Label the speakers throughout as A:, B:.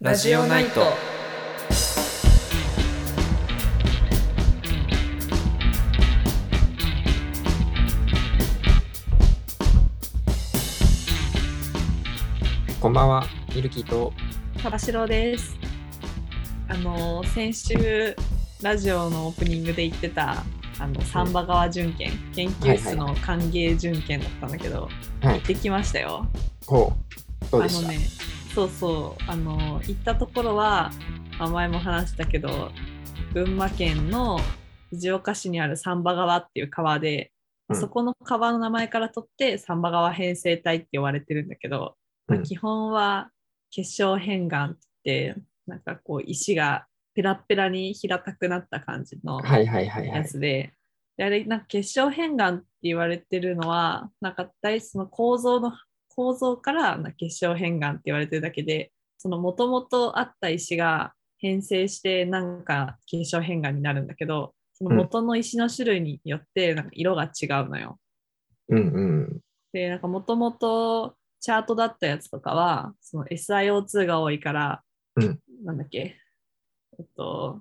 A: ラジオナイト。
B: こんばんは、ミルキーと。
C: 幅城です。あの先週ラジオのオープニングで言ってたあのサンバ川準研研究室の歓迎準研だったんだけど、
B: は
C: 行
B: い
C: ってきましたよ。
B: ほう。どうでし
C: あの
B: た。
C: ね、そうそうあの行ったところはまあ前も話したけど群馬県の藤岡市にある三馬川っていう川で、
B: うん
C: そこの川の名前から取って三馬川変成体って呼ばれてるんだけど、まあ
B: うん
C: 基本は結晶片岩ってなんかこう石がペラッペラに平たくなった感じの
B: はいはいはいは
C: や
B: い。
C: つで、であれなんか結晶片岩って言われてるのはなんか大その構造の構造からなんか結晶片岩って言われてるだけでそのもともとあった石が変成してなんか結晶片岩になるんだけどその元の石の種類によってなんか色が違うのよ。
B: うんうん。
C: で、なんかもともとチャートだったやつとかは、その SIO2 が多いから、
B: うん
C: なんだっけ、えっと、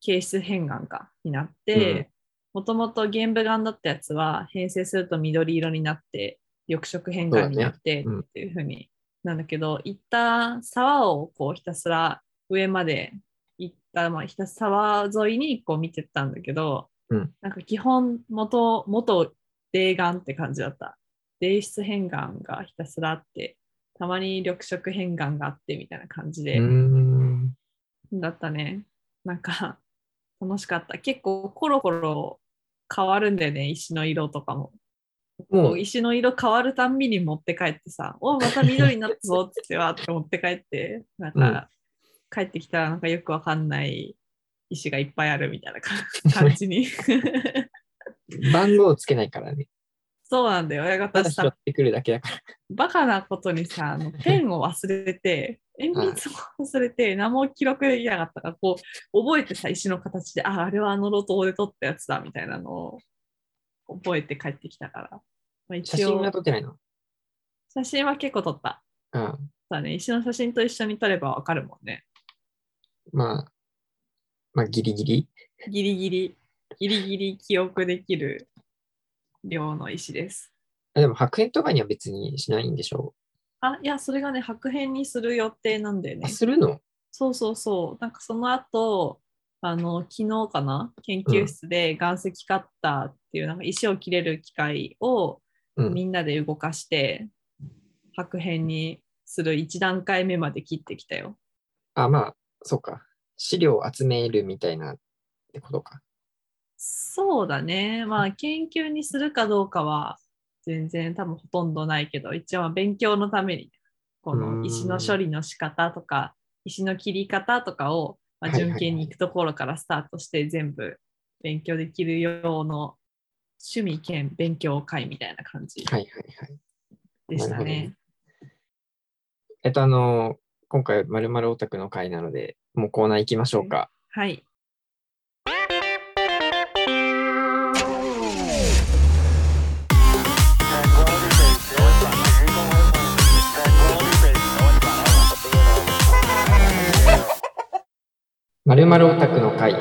C: 形質変換か、になって、もともと玄武岩だったやつは変成すると緑色になって、緑色変換になって
B: そうだねうん
C: っていう風になんだけど、一旦沢をこうひたすら上まで行った、まあ、ひたすら沢沿いにこう見てったんだけど、
B: うん
C: なんか基本元、元霊岩って感じだった。霊質変岩がひたすらあって、たまに緑色変岩があってみたいな感じ
B: う
C: で、
B: ーん。
C: だったね。なんか楽しかった。結構コロコロ変わるんだよね、石の色とかも。
B: もう
C: 石の色変わるたんびに持って帰って さ、おまた緑になったぞってわって持って帰って、なんか、帰ってきたらなんかよくわかんない石がいっぱいあるみたいな感感じ に。
B: 番号つけないからね。
C: そうなんだよ、親
B: た
C: 方
B: だ拾
C: さ
B: っ、てくるだけだから。
C: バカなことにさ、あのペンを忘れて、鉛筆も忘れて、何も記録できなかったから、こう、覚えてさ、石の形で、あ、あれはあの路頭で撮ったやつだみたいなのを覚えて帰ってきたから。まあ、
B: 写
C: 一
B: 真
C: 応
B: は撮ってないの。
C: 写真は結構撮った。
B: ああ
C: だね、石の写真と一緒に撮ればわかるもんね。
B: まあ。まあ、ギリギリ。
C: ギリギリ、ギリギリ記憶できる量の石です。
B: あでも、白煙とかには別にしないんでしょ
C: あ、いや、それがね、白片にする予定なんだよ
B: う。あ、
C: ね。
B: するの。
C: そうそうそう。なんかその後、あの、昨日かな、研究室で岩石カッターっていう、なんか石を切れる機械を
B: うん。
C: みんなで動かして、白片にする1段階目まで切ってきたよ。
B: あ、まあ、そうか。資料を集めるみたいなってことか。
C: そうだね。まあ、研究にするかどうかは、全然多分ほとんどないけど、一応まあ勉強のために、こ
B: うーん
C: の石の処理の仕方とか、石の切り方とかを、まあ、
B: はいはいはい
C: 純研に行くところからスタートして、全部勉強できるようの趣味兼勉強会みたいな感じ
B: はいはいはい。
C: でした
B: なるほどね
C: ね。
B: えっと、あの、今回、まるまるオタクの回なので、もうコーナー行きましょうか。
C: はい。
B: まるまるオタクの会。え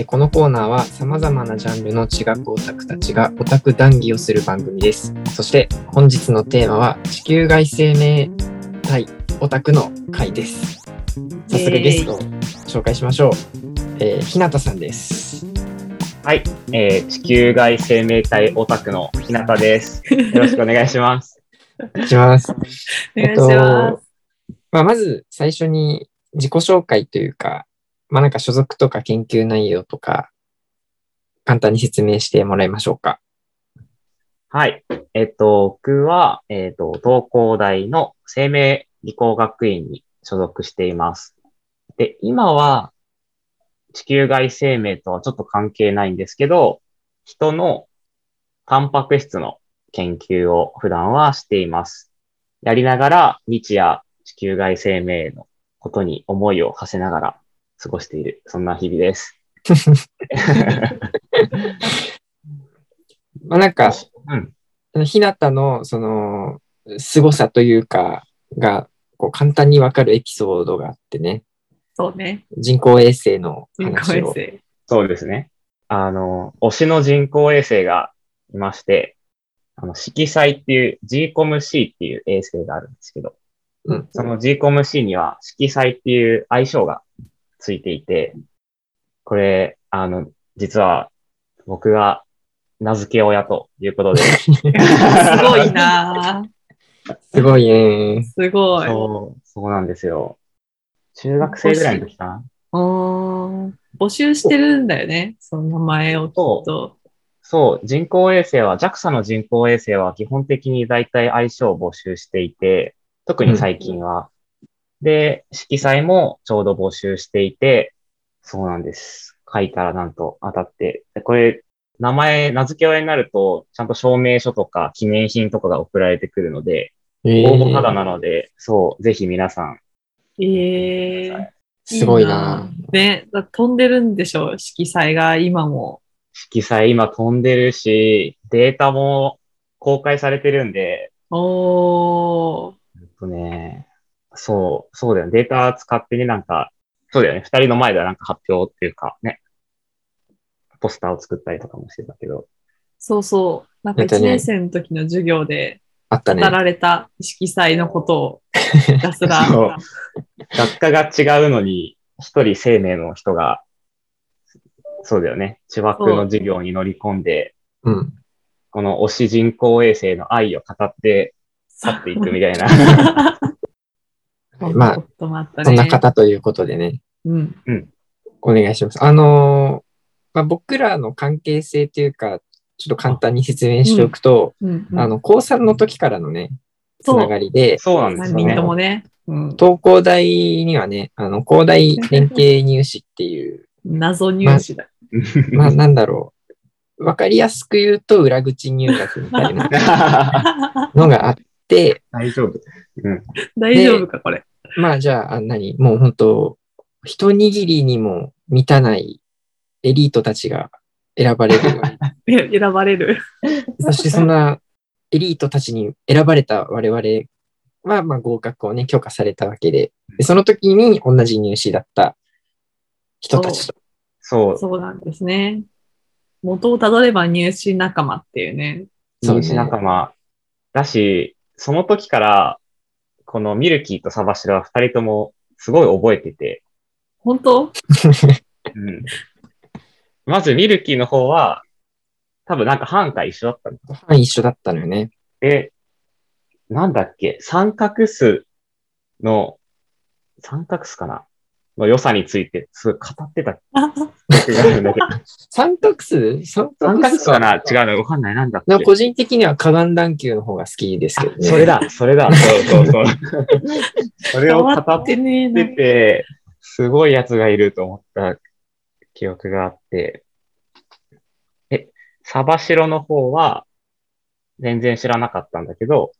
B: ーこのコーナーはさまざまなジャンルの地学オタクたちがオタク談義をする番組です。そして本日のテーマは地球外生命体オタクの会です。早速ゲストを紹介しましょう。えー、ひなたさんです。
D: はい、えー地球外生命体オタクの日向です。よろしくお願いします。
B: お願いしま す。
C: お願いします。
B: えっとまあ、まず最初に自己紹介というか、まあ、なんか所属とか研究内容とか、簡単に説明してもらいましょうか。
D: はい、えっ、と、僕は、えっ、と、東工大の生命理工学院に所属しています。で、今は、地球外生命とはちょっと関係ないんですけど、人のタンパク質の研究を普段はしています。やりながら、日夜地球外生命のことに思いを馳せながら過ごしている、そんな日々です。
B: まあ、なんか、
D: うん。
B: ひなたの、その、凄さというか、がこう簡単にわかるエピソードがあってね、
C: そうね。
B: 人工衛星の
C: 人工
B: 話
C: 衛
B: を。
C: 星。
D: そうですね。あの、推しの人工衛星がいまして、あの、色彩っていう GCOM-C っていう衛星があるんですけど、
B: うん
D: その GCOM-C には色彩っていう愛称がついていて、これ、あの、実は僕が名付け親ということで、
C: すごいなぁ
B: すごいね。
C: すごい。
D: そう、そうなんですよ。中学生ぐらいの時かな。
C: うーん募集してるんだよね、その名前をきっと。
D: そう、人工衛星は、JAXA の人工衛星は基本的に大体相性を募集していて、特に最近は。で、色彩もちょうど募集していて、そうなんです。書いたらなんと当たって。でこれ、名前、名付け親になると、ちゃんと証明書とか記念品とかが送られてくるので、
B: え
D: 応募
B: ー
D: ただなので、そう、ぜひ皆さん。
C: ええ
B: すごいな。
C: ね、だ飛んでるんでしょ、色彩が今も。
D: 色彩今飛んでるし、データも公開されてるんで、
C: おー、
D: えっとね、そう、そうだよね。データ使ってね、なんか、そうだよね。二人の前ではなんか発表っていうかね、ポスターを作ったりとかもしてたけど、
C: そうそう。なんか
B: えっと
C: 1
B: ね
C: 年生の時の授業で
B: あった
C: 語
B: ね。
C: られた色彩のことをひたすら。
D: そう 学科が違うのに、一人生命の人が、そうだよね。千葉君の授業に乗り込んで、
B: うん。
D: この推し人工衛星の愛を語って去ってい くみたい な。
C: そう
B: まあ、
C: こともあったね
B: そんな方ということでね、
C: うん。
B: お願いします。あのーまあ、僕らの関係性というか、ちょっと簡単に説明しておくと、
C: うん、
B: あの、高3の時からのね、つ
C: そ
B: な
C: う
B: が、りで、
D: そうなんで
C: 3
D: すよ
C: 人
D: ね
C: と。もね。うん、
B: 東工大にはね、あの、工大連携入試っていう、
C: 謎入試だ。
B: まあ、なんだろう。わかりやすく言うと、裏口入学みたいなのがあ って、
D: 大丈夫。うん。
C: 大丈夫か、これ。
B: まあ、じゃあ、あ何もう本当、一握りにも満たないエリートたちが選ばれる。
C: 選ばれる。
B: そして、そんなエリートたちに選ばれた我々は、まあ、合格をね、許可されたわけで、でその時に同じ入試だった人たちと。
D: そう。
C: そうなんですね。元をたどれば入試仲間っていうね。
B: そう
D: 入
B: ね
D: 試仲間だし、その時から、このミルキーとサバシラは二人ともすごい覚えてて、
C: 本 当
D: うん、まずミルキーの方は、多分なんか班が一緒だったの。
B: はい、一緒だったのよね。
D: で、なんだっけ、三角数の、三角数かなの良さについて、すごい語ってた記憶があるんだけど。
B: 三角数三角
D: 三角
B: 数
D: 数かな違うのわかんない。なんだっ
B: な
D: け。
B: 個人的には河岸段丘の方が好きですけどね。
D: それだ、それだ。そうそうそう。それを語
C: 変
D: っ
C: わって
D: て
C: ねえ
D: 出
C: な。
D: て、すごいやつがいると思った記憶があって、え、サバシロの方は、全然知らなかったんだけど、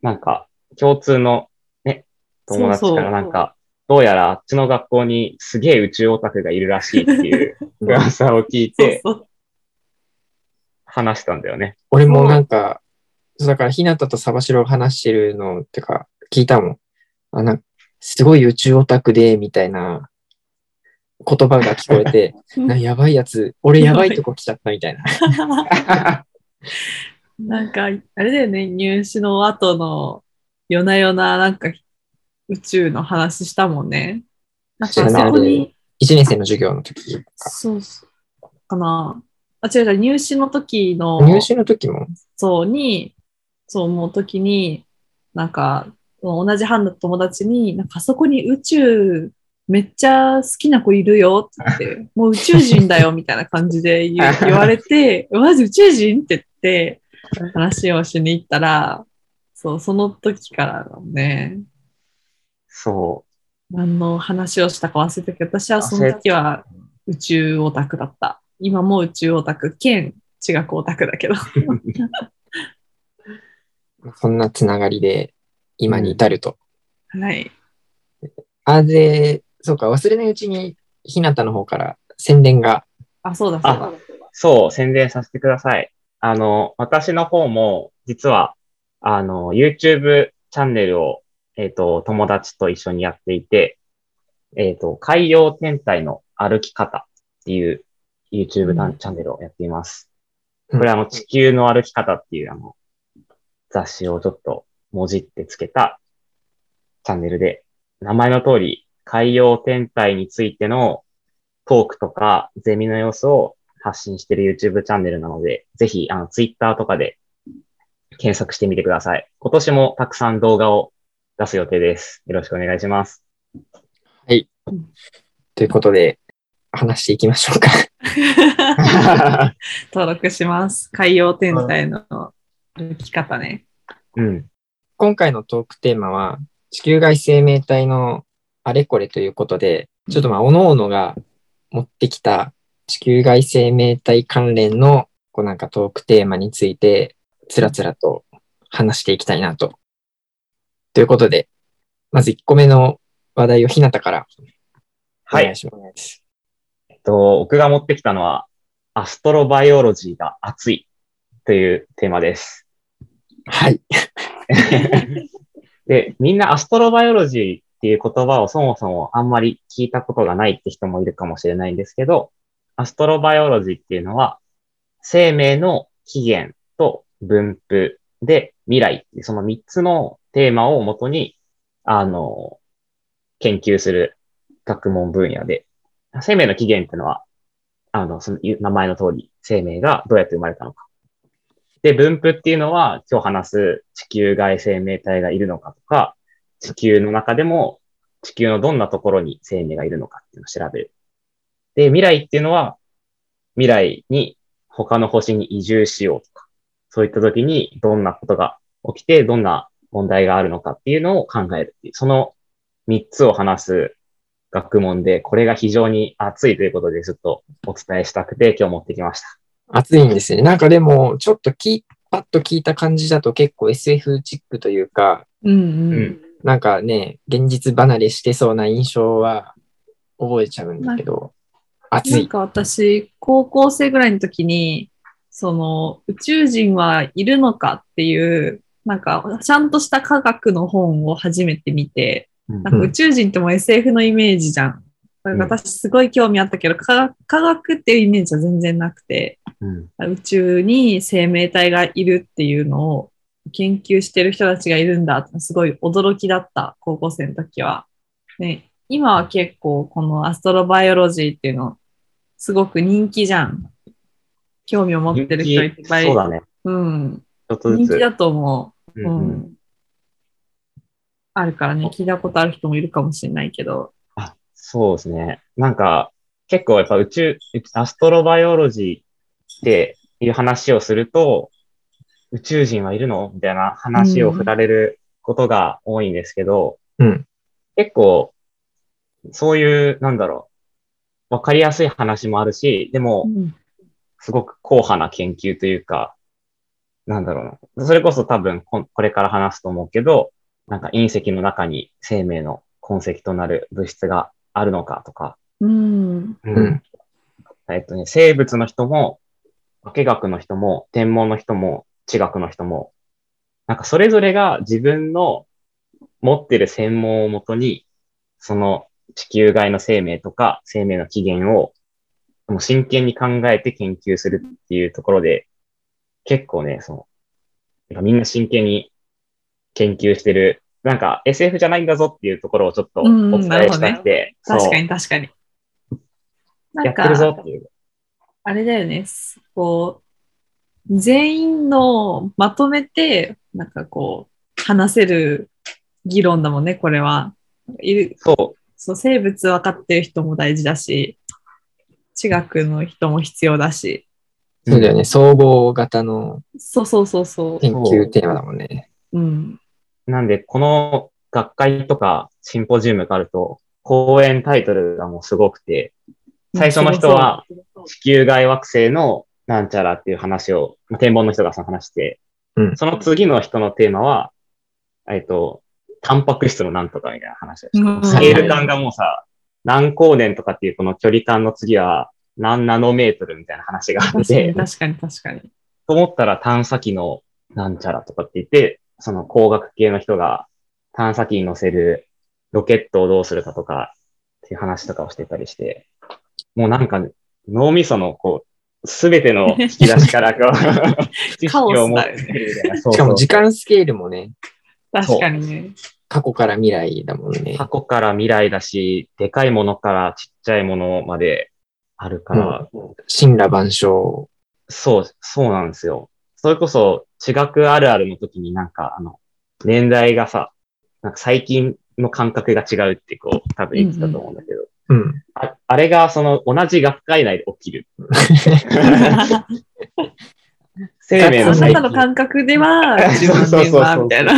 D: なんか、共通のね、友達からなんか、どうやらあっちの学校にすげえ宇宙オタクがいるらしいっていう
B: うん
D: 噂を聞い
C: そう
D: て
C: そう。
D: 話したんだよね。
B: 俺もなんか、そうだから、ひなたとサバシロが話してるのってか、聞いたもん。あなんすごい宇宙オタクで、みたいな言葉が聞こえ て、なやばいやつ、俺やばいとこ来ちゃったみたいな。
C: なんか、あれだよね、入試の後の夜な夜な、なんか、宇宙の話したもんね。なんか、あそこに、
B: 1年生の授業の時か。
C: そうそう、かな。あ、違う違う、入試の時の、
B: 入試の時も、
C: そうに、そう思う時に、なんか、同じ班の友達に、なんかあそこに宇宙めっちゃ好きな子いるよって言って、もう宇宙人だよみたいな感じで言う言われて、マジ宇宙人って言って話をしに行ったら、そう、その時からのね、
D: そ
C: 何の話をしたか忘れたけど、私はその時は宇宙オタクだった。今も宇宙オタク兼地学オタクだけど。
B: そんなつながりで、今に至ると。
C: はい。
B: あ、で、そうか、忘れないうちに、ひなたの方から宣伝が、
C: あ、そうだそうだ。
D: う。そう、宣伝させてください。あの、私の方も、実は、あの、YouTube チャンネルをえっ、と、友達と一緒にやっていて、えっ、と、海洋天体の歩き方っていう YouTube た
C: うん
D: チャンネルをやっています。
B: う
D: こ
B: ん
D: れあの、地球の歩き方っていうあの、雑誌をちょっと文字ってつけたチャンネルで、名前の通り、海洋天体についてのトークとかゼミの様子を発信してる YouTube チャンネルなので、ぜひ、あの、Twitter とかで検索してみてください。今年もたくさん動画を出す予定です。よろしくお願いします。
B: ということで、話していきましょうか。
C: 登録します。海洋天体の歩き方ね。
D: うん。
B: 今回のトークテーマは、地球外生命体のあれこれということで、ちょっとまあ、各々が持ってきた地球外生命体関連の、こうなんかトークテーマについて、つらつらと話していきたいなと。ということで、まず1個目の話題をひなたからお
D: はい
B: 願い。します。
D: えっと、僕が持ってきたのは、アストロバイオロジーが熱いというテーマです。
B: はい。
D: で、みんなアストロバイオロジーっていう言葉をそもそもあんまり聞いたことがないって人もいるかもしれないんですけど、アストロバイオロジーっていうのは、生命の起源と分布で未来っていう、その3つのテーマをもとに、あの、研究する学問分野で、生命の起源っていうのは、あの、その名前の通り、生命がどうやって生まれたのか。で、分布っていうのは、今日話す地球外生命体がいるのかとか、地球の中でも地球のどんなところに生命がいるのかっていうのを調べる。で、未来っていうのは、未来に他の星に移住しようとか、そういった時にどんなことが起きて、どんな問題があるのかっていうのを考えるっていう。その3つを話す学問で、これが非常に熱いということで、ずっとお伝えしたくて、今日持ってきました。
B: 熱いんですね。なんかでも、ちょっと聞い、パッと聞いた感じだと結構 SF チックというか、
C: うん
D: う
C: うん
D: ん。
B: なんかね、現実離れしてそうな印象は覚えちゃうんだけど、熱
C: なん
B: い。
C: か私、高校生ぐらいの時に、その宇宙人はいるのかっていう、なんかちゃんとした科学の本を初めて見て、
D: うん
C: なんか宇宙人ってもう SF のイメージじゃん。
D: ん
C: 私すごい興味あったけど、科学科学っていうイメージは全然なくて、
D: うん
C: 宇宙に生命体がいるっていうのを研究してる人たちがいるんだってすごい驚きだった高校生の時は。ね、今は結構このアストロバイオロジーっていうのすごく人気じゃん。興味を持ってる人いっぱい。
D: そうだね。
C: うん。
D: ちょっとず
C: 人
D: つ。
C: 気だと思
D: う
C: う。
D: ん
C: う。
D: うんん
C: あるからね、聞いたことある人もいるかもしれないけど。
D: あ、そうですね。なんか、結構やっぱ宇宙、アストロバイオロジーっていう話をすると、宇宙人はいるのみたいな話を振られることが多いんですけど、
B: うん。
D: 結構、そういう、なんだろう、わかりやすい話もあるし、でも、
C: うん
D: すごく硬派な研究というか、なんだろうな。それこそ多分こ、これから話すと思うけど、なんか隕石の中に生命の痕跡となる物質があるのかとか、
C: うん。
B: うん。
D: えっとね、生物の人も、化学の人も、天文の人も、地学の人も、なんかそれぞれが自分の持ってる専門をもとに、その地球外の生命とか生命の起源をもう真剣に考えて研究するっていうところで、結構ね、その、なんかみんな真剣に研究してる、なんか SF じゃないんだぞっていうところをちょっとお
C: うんうん
D: 伝えしたくて、
C: 確か
D: そう
C: に確かに。な
D: や
C: ん
D: っ
C: か
D: てるぞっていう。
C: あれだよね、すこう、全員のまとめて、なんかこう、話せる議論だもんね、これは。いる
D: そう、
C: そう生物分かってる人も大事だし、地学の人も必要だし、
B: そうだよね。総合型の
C: そうそうそうそ
B: 研究テーマだもんね。
C: う。うん。
D: なんで、この学会とかシンポジウムがあると、講演タイトルがもうすごくて、最初の人は地球外惑星のなんちゃらっていう話を、まあ天文の人がその話して、
B: うん
D: その次の人のテーマは、えっと、タンパク質のなんとかみたいな話をして、
C: うん
D: スケール感がもうさ、何光年とかっていうこの距離感の次は何ナノメートルみたいな話があっ
C: 確か
D: て
C: に、確かに確かに。
D: と思ったら探査機のなんちゃらとかって言って、その工学系の人が探査機に乗せるロケットをどうするかとか、っていう話とかをしてたりして、もうなんか、脳みその、こう、すべての引き出しから、こう、知識を持ってくるみたいな。そうそう
B: しかも時間スケールもね、
C: 確かに ね。
B: 過去から未来だもんね。
D: 過去から未来だし、でかいものからちっちゃいものまであるから、
B: 神羅万象。
D: そう、そうなんですよ。それこそ、地学あるあるの時になんか、あの、年代がさ、なんか最近の感覚が違うってこう、多分言ってたと思うんだけど、
B: うん。
D: ああれがその同じ学会内で起きる。生命
C: そ
D: の
C: の
D: 最
C: 中
D: 近
C: の。感覚で は、10年は、みたいな。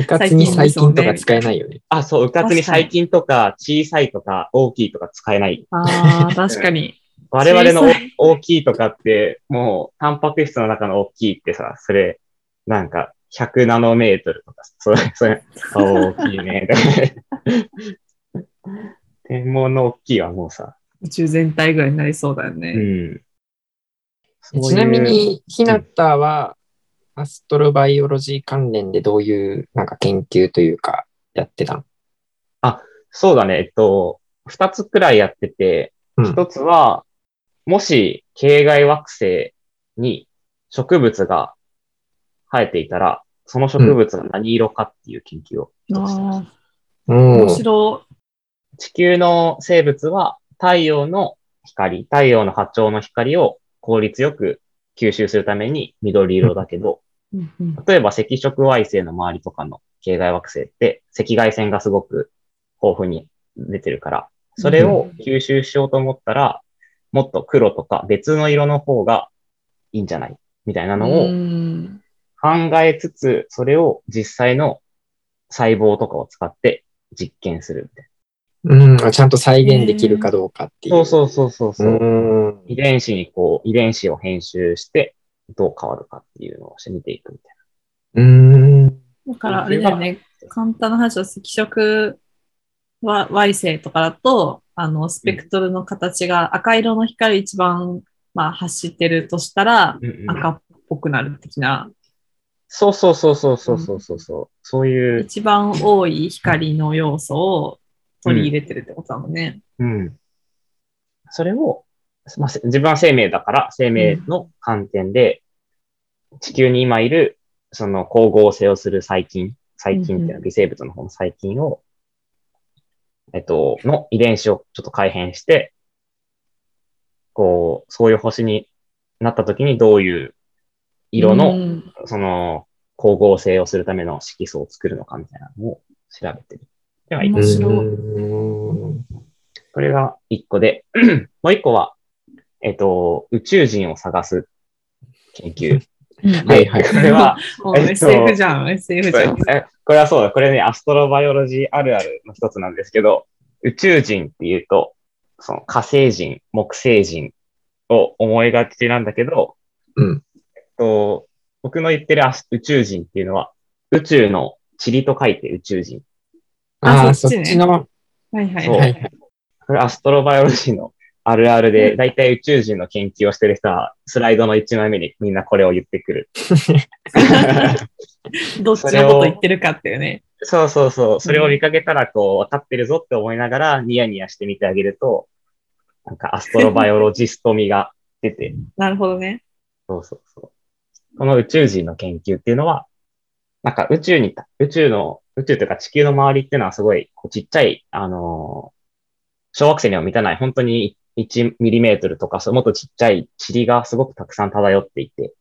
B: うかつに最近とか使えないよね。
D: あ、そう、うかつに最近とか、小さいとか、大きいとか使えない。
C: ああ、確かに。
D: 我々の
C: 小さい
D: お大きいとかって、もう、タンパク質の中の大きいってさ、それ、なんか、100ナノメートルとか、それ、それ、あ大きいね。 天文の大きいはもうさ、
C: 宇宙全体ぐらいになりそうだよ
D: う
C: ね。
D: ん。
B: ちなみ、に、ひなたは、アストロバイオロジー関連でどういう、なんか研究というか、やってたの
D: そうだね、えっと、二つくらいやってて、
B: うん
D: 一つは、もし、系外惑星に植物が生えていたら、その植物が何色かっていう研究を一つしてます
C: ああ、
B: うん
C: 面白
D: 地球の生物は太陽の光、太陽の波長の光を効率よく吸収するために緑色だけど、
C: い。うんうん
D: 例えば赤色矮星の周りとかの系外惑星って赤外線がすごく豊富に出てるから、それを吸収しようと思ったら、もっと黒とか別の色の方がいいんじゃないみたいなのを
C: うん
D: 考えつつ、それを実際の細胞とかを使って実験するみたい
B: うん、あちゃんと再現できるかどうかっていう。
D: な。そうそうそうそうそう。
B: うん。
D: 遺伝子にこう、遺伝子を編集して、どう変わるかっていうのをして見ていくみたい
B: うん。
C: だから、あれだよね、簡単な話を赤色は Y 星とかだと、あの、スペクトルの形が赤色の光一番、まあ、発してるとしたら、
D: な。
C: 赤っぽくなる的な、
D: そうそうそうそうそうそうそうそう、そういう、
C: 一番多い光の要素を取り入れてるってことだもんね。
D: うん。それを、まあ、せ自分は生命だから、生命の観点で、地球に今いる、その光合成をする細菌、細菌っていうの
C: う
D: は
C: ん
D: 微生物の方の細菌を、えっと、の遺伝子をちょっと改変して、こう、そういう星になった時にどういう色の
C: うん
D: その、光合成をするための色素を作るのかみたいなのを調べてる。ではいい
C: 面白い
B: うん
D: これが一個で、 もう一個は、えっと、宇宙人を探す研究。
C: うん
B: はいはい
D: これは、
C: もう
D: えっと
C: SF じゃん、SF じゃん。
D: えこれはそうだ。これね、アストロバイオロジーあるあるの一つなんですけど、宇宙人っていうと、その火星人、木星人を思いがちなんだけど、
B: うん。
D: えっと、僕の言ってるアス宇宙人っていうのは、宇宙の塵と書いて宇宙人。
B: ああ、
C: あ
B: そ
C: そ
B: っ
C: っちね
B: ちの、は
C: はいはい
D: そう
B: いは
C: はい。
B: い。
D: これアストロバイオロジーのあるあるで、だいたい宇宙人の研究をしてる人は、スライドの1枚目にみんなこれを言ってくる。
C: どっちのこと言ってるかっていうね。
D: そうそうそう。それを見かけたら、こう、分かってるぞって思いながら、ニヤニヤしてみてあげると、なんかアストロバイオロジスト味が出て、
C: なるほどね。
D: そうそうそう。この宇宙人の研究っていうのは、なんか宇宙に、宇宙の、宇宙というか地球の周りっていうのはすごいこうちっちゃい、あのー小惑星には満たない、本当に1ミリメートルとか、そうもっとちっちゃい塵がすごくたくさん漂っていて、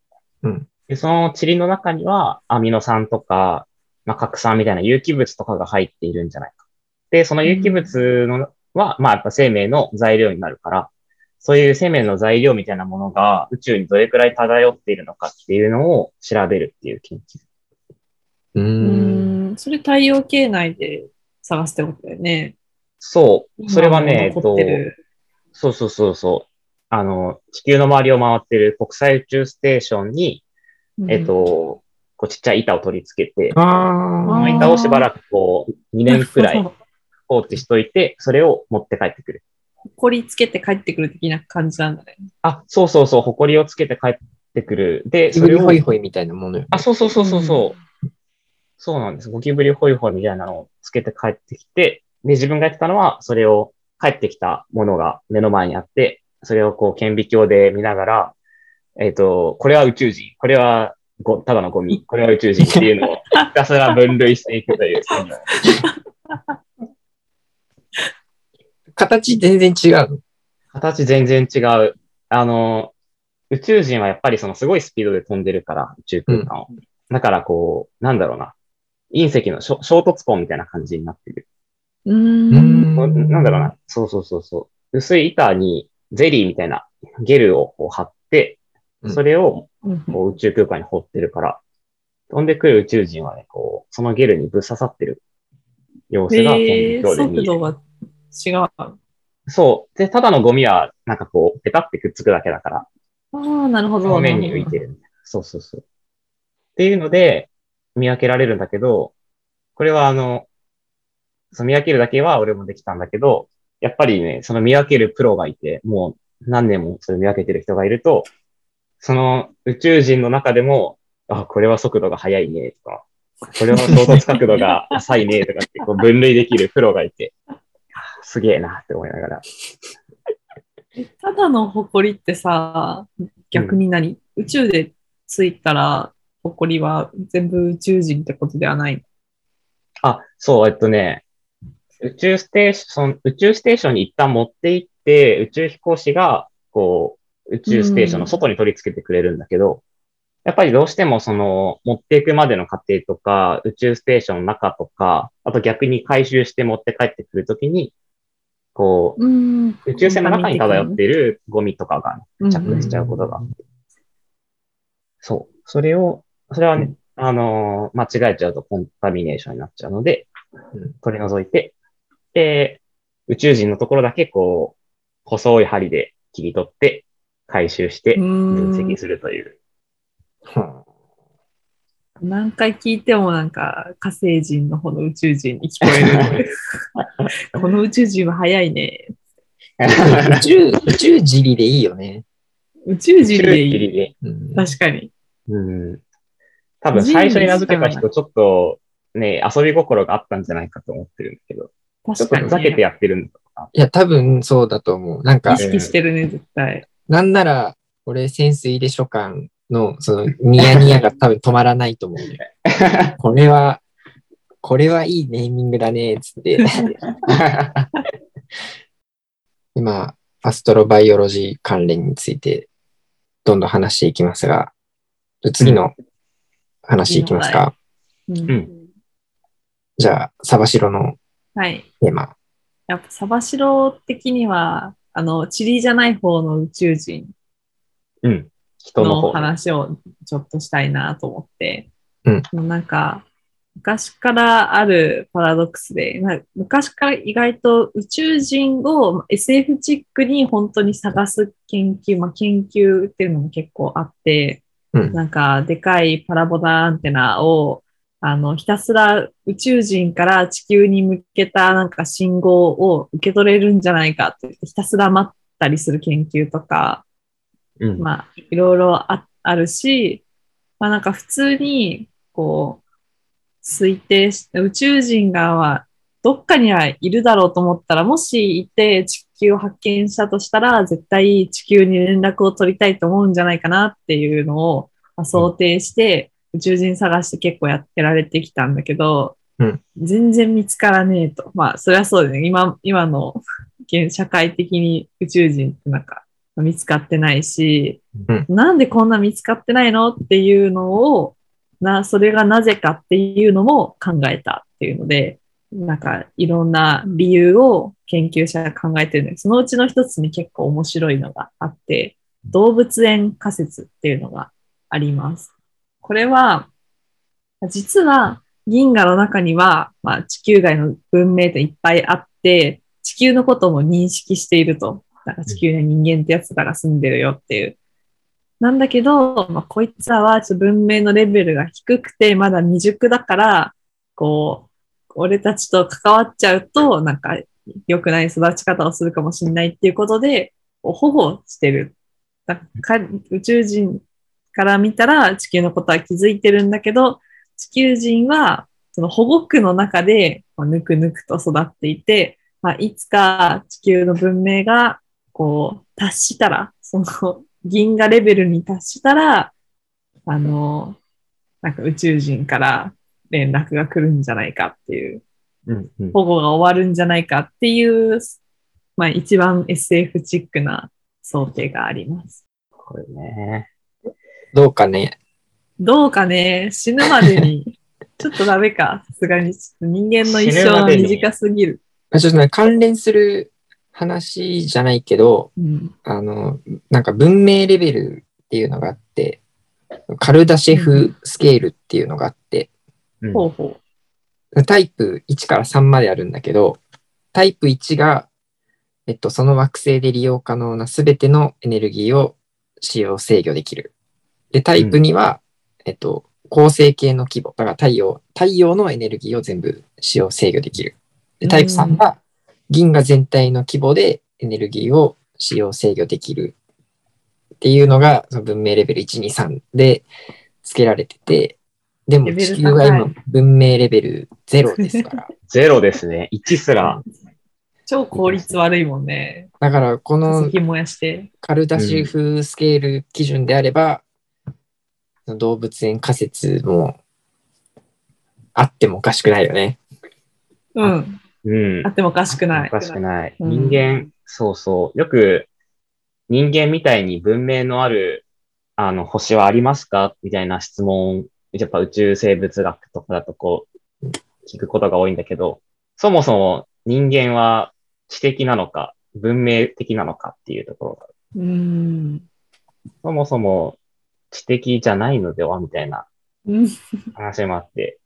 B: うん
D: でその塵の中にはアミノ酸とか、まあ、核酸みたいな有機物とかが入っているんじゃないか。で、その有機物のは、まあやっぱ生命の材料になるから、そういう生命の材料みたいなものが宇宙にどれくらい漂っているのかっていうのを調べるっていう研究。
B: う。
C: うんん、それ太陽系内で探すってことだよね。
D: そう。それはね、え
C: 今
D: っと
C: も残ってる
D: そうそうそうそう。あの、地球の周りを回ってる国際宇宙ステーションに、えっと、、こうちっちゃい板を取り付けて、
B: あ
D: その
B: あ、
D: 板をしばらくこう、2
C: 2
D: 年くら い
C: こ
D: 放置しといて、それを持って帰ってくる。
C: こりつけて帰ってくる的な感じなんだね。
D: あ、そうそうそう、埃をつけて帰ってくる。で、
B: ジ
D: そ
B: ブ
D: れ
B: リ
D: を
B: ホ、イホイみたいなものよ。
D: あ、そうそうそうそうそう。そうなんです。ゴキブリホイホイみたいなのをつけて帰ってきて、で、自分がやってたのは、それを帰ってきたものが目の前にあって、それをこう顕微鏡で見ながら、えっ、と、これは宇宙人、これはごただのゴミ、これは宇宙人っていうのをひたすら分類していくという。
B: 形全然違うの。
D: 形全然違う。あの、宇宙人はやっぱりそのすごいスピードで飛んでるから、宇宙空間を。だからこう、なんだろうな。隕石のしょ衝突痕みたいな感じになってる。
C: う
B: う
C: ーん。
B: ん
D: なんだろうな。そうそうそうそう。薄い板にゼリーみたいなゲルをこう貼って、
B: うん
D: それを
C: うん
D: こう宇宙空間に放ってるから、飛んでくる宇宙人はね、こう、そのゲルにぶっ刺さってる様子が顕微
C: えー、
D: 鏡で見え
C: 速
D: る
C: 度が違う。あ
D: そう。で、ただのゴミは、なんかこう、ペタってくっつくだけだから、
C: あ、なるほど。
D: 表面に浮いてるみたいな。そうそうそう。っていうので、見分けられるんだけど、これはあの、その見分けるだけは俺もできたんだけど、やっぱりね、その見分けるプロがいて、もう何年もそれ見分けてる人がいると、その宇宙人の中でも、あ、これは速度が速いね、とか、これは衝突角度が浅いね、とかってこう分類できるプロがいて、あすげえなって思いながら。
C: ただの埃ってさ、逆に何、宇宙でついたら埃は全部宇宙人ってことではない。
D: あ、そう、えっとね、宇宙ステーション、宇宙ステーションに一旦持って行って、宇宙飛行士が、こう、宇宙ステーションの外に取り付けてくれるんだけど、やっぱりどうしてもその、持っていくまでの過程とか、宇宙ステーションの中とか、あと逆に回収して持って帰ってくるときに、こ
C: うん。
D: う、宇宙船の中に漂っているゴミとかが
C: うん
D: 着
C: うん
D: 脱しちゃうことが。そう。それを、それはね、あのー間違えちゃうとコンタミネーションになっちゃうので
B: うん、
D: 取り除いて、で、宇宙人のところだけこう、細い針で切り取って、回収して、
C: う
D: 分
C: ん
D: 析するという。
B: はあ
C: 何回聞いてもなんか火星人の方の宇宙人に聞こえ る。この宇宙人は早いね。
B: 宇 宙、宇宙尻でいいよね。
C: 宇宙
D: 宇宙
C: 人で い
D: 切
C: い。
D: りで。
B: うん、
C: 確かに。
D: うん。多分最初に名付けた人、ちょっとね、遊び心があったんじゃないかと思ってるんだけど、ち
C: 確
D: ょっと
C: か
D: ふ
C: に、
D: ざけて
C: ね。
D: やってるんだとか。
B: いや、多分そうだと思う。なんか
C: 意、識してるね、絶対。
B: なんなら、俺、潜水で書館の、その、ニヤニヤが多分止まらないと思 うんだよ。これは、これはいいネーミングだね、つって。 今、アストロバイオロジー関連について、どんどん話していきますが、次の話いきますか。
C: うん
D: うん
B: じゃあ、サバシロの
C: はい。
B: テーマ。
C: やっぱサバシロ的には、あの、チリじゃない方の宇宙人
D: うん。人の
C: の
D: 方。
C: 話をちょっとしたいなと思って、
B: うん
C: もうなんか、昔からあるパラドックスで、な昔から意外と宇宙人を SF チックに本当に探す研究、まあ、研究っていうのも結構あって、
B: うん
C: なんかでかいパラボラアンテナをあのひたすら宇宙人から地球に向けたなんか信号を受け取れるんじゃないかって言ってひたすら待ったりする研究とか、
D: うん。
C: まあ、いろいろああるし、まあなんか普通に、こう、推定して、宇宙人がは、どっかにはいるだろうと思ったら、もしいて地球を発見したとしたら、絶対地球に連絡を取りたいと思うんじゃないかなっていうのをまあ想定して、宇宙人探して結構やってられてきたんだけど、
B: うん
C: 全然見つからねえと。まあ、そりゃそうだよね。今、今の現社会的に宇宙人ってなんか見つかってないし、
B: うん
C: なんでこんな見つかってないのっていうのを、な、それがなぜかっていうのも考えたっていうので、なんかいろんな理由を研究者が考えてるんです。そのうちの一つに結構面白いのがあって、動物園仮説っていうのがあります。これは、実は銀河の中には、まあ、地球外の文明っていっぱいあって、地球のことも認識していると。だから地球には人間ってやつらが住んでるよっていう。なんだけど、まあ、こいつらはちょっと文明のレベルが低くて、まだ未熟だから、こう、俺たちと関わっちゃうと、なんか良くない育ち方をするかもしれないっていうことで、こう保護してる。だから宇宙人から見たら地球のことは気づいてるんだけど、地球人は、その保護区の中で、まあぬくぬくと育っていて、まあ、いつか地球の文明が、こう、達したら、その、銀河レベルに達したら、あの、なんか宇宙人から連絡が来るんじゃないかっていう、
D: うんうん。
C: 保護が終わるんじゃないかっていう、まあ一番 SF チックな想定があります。
D: これね。
B: どうかね。
C: どうかね、死ぬまで に、ちょっとダメか、さすがに。ちょっと人間の一生は短すぎる。
B: まあちょっとね、関連する話じゃないけど、
C: うん、
B: あの、なんか文明レベルっていうのがあって、カルダシェフスケールっていうのがあって、
D: うん
C: ほうほ
B: タイプ1から3まであるんだけど、タイプ1が、えっと、その惑星で利用可能なすべてのエネルギーを使用制御できる。で、タイプ2は、えっと、恒星系の規模、だから太陽、太陽のエネルギーを全部使用制御できる。で、タイプ3は、銀河全体の規模でエネルギーを使用制御できるっていうのが、その文明レベル1、2、3で付けられてて、でも
C: レベル
B: 地球は今
C: 高
B: 文明レベル0で すから。
D: ゼロですね。1すら。
C: う。超効率悪いもんね。
B: だから、こ
C: 化
B: の
C: 石燃やして。
B: カルダシフスケール基準であれば、動物園仮説もあってもおかしくないよね。
C: うん。
D: うん
C: あ。ってもおかしくない。
D: おかしくない。
C: うん
D: 人間、そうそう。よく、人間みたいに文明のある、あの、星はありますかみたいな質問、やっぱ宇宙生物学とかだとこう、聞くことが多いんだけど、そもそも人間は知的なのか、文明的なのかっていうところが、
C: うん。
D: そもそも知的じゃないのではみたいな
C: うん。
D: 話もあって、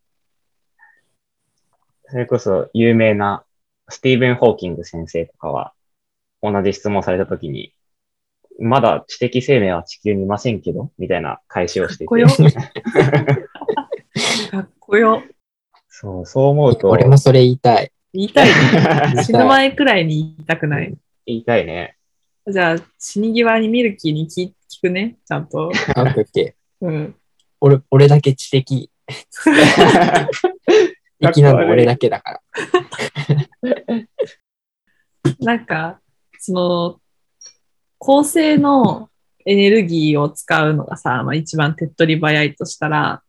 D: それこそ有名なスティーブン・ホーキング先生とかは、同じ質問されたときに、まだ知的生命は地球にいませんけど、みたいな返しをして い
C: かっこ
D: て。
C: かっこよ。
D: そう、そう思うと
B: 俺、もそれ言いたい。
C: 言いたいね。
B: 言い
C: 死ぬ
B: たい
C: 前くらいに言いたくない。
D: 言いたいね。
C: じゃあ、死に際にミルキーに聞聞くね、ちゃんと。
B: あオッケーオッケー
C: うん。
B: 俺俺だけ知的。 粋なの俺だけだから。
C: なんか、その、構成のエネルギーを使うのがさ、まあ、一番手っ取り早いとしたら、
D: うん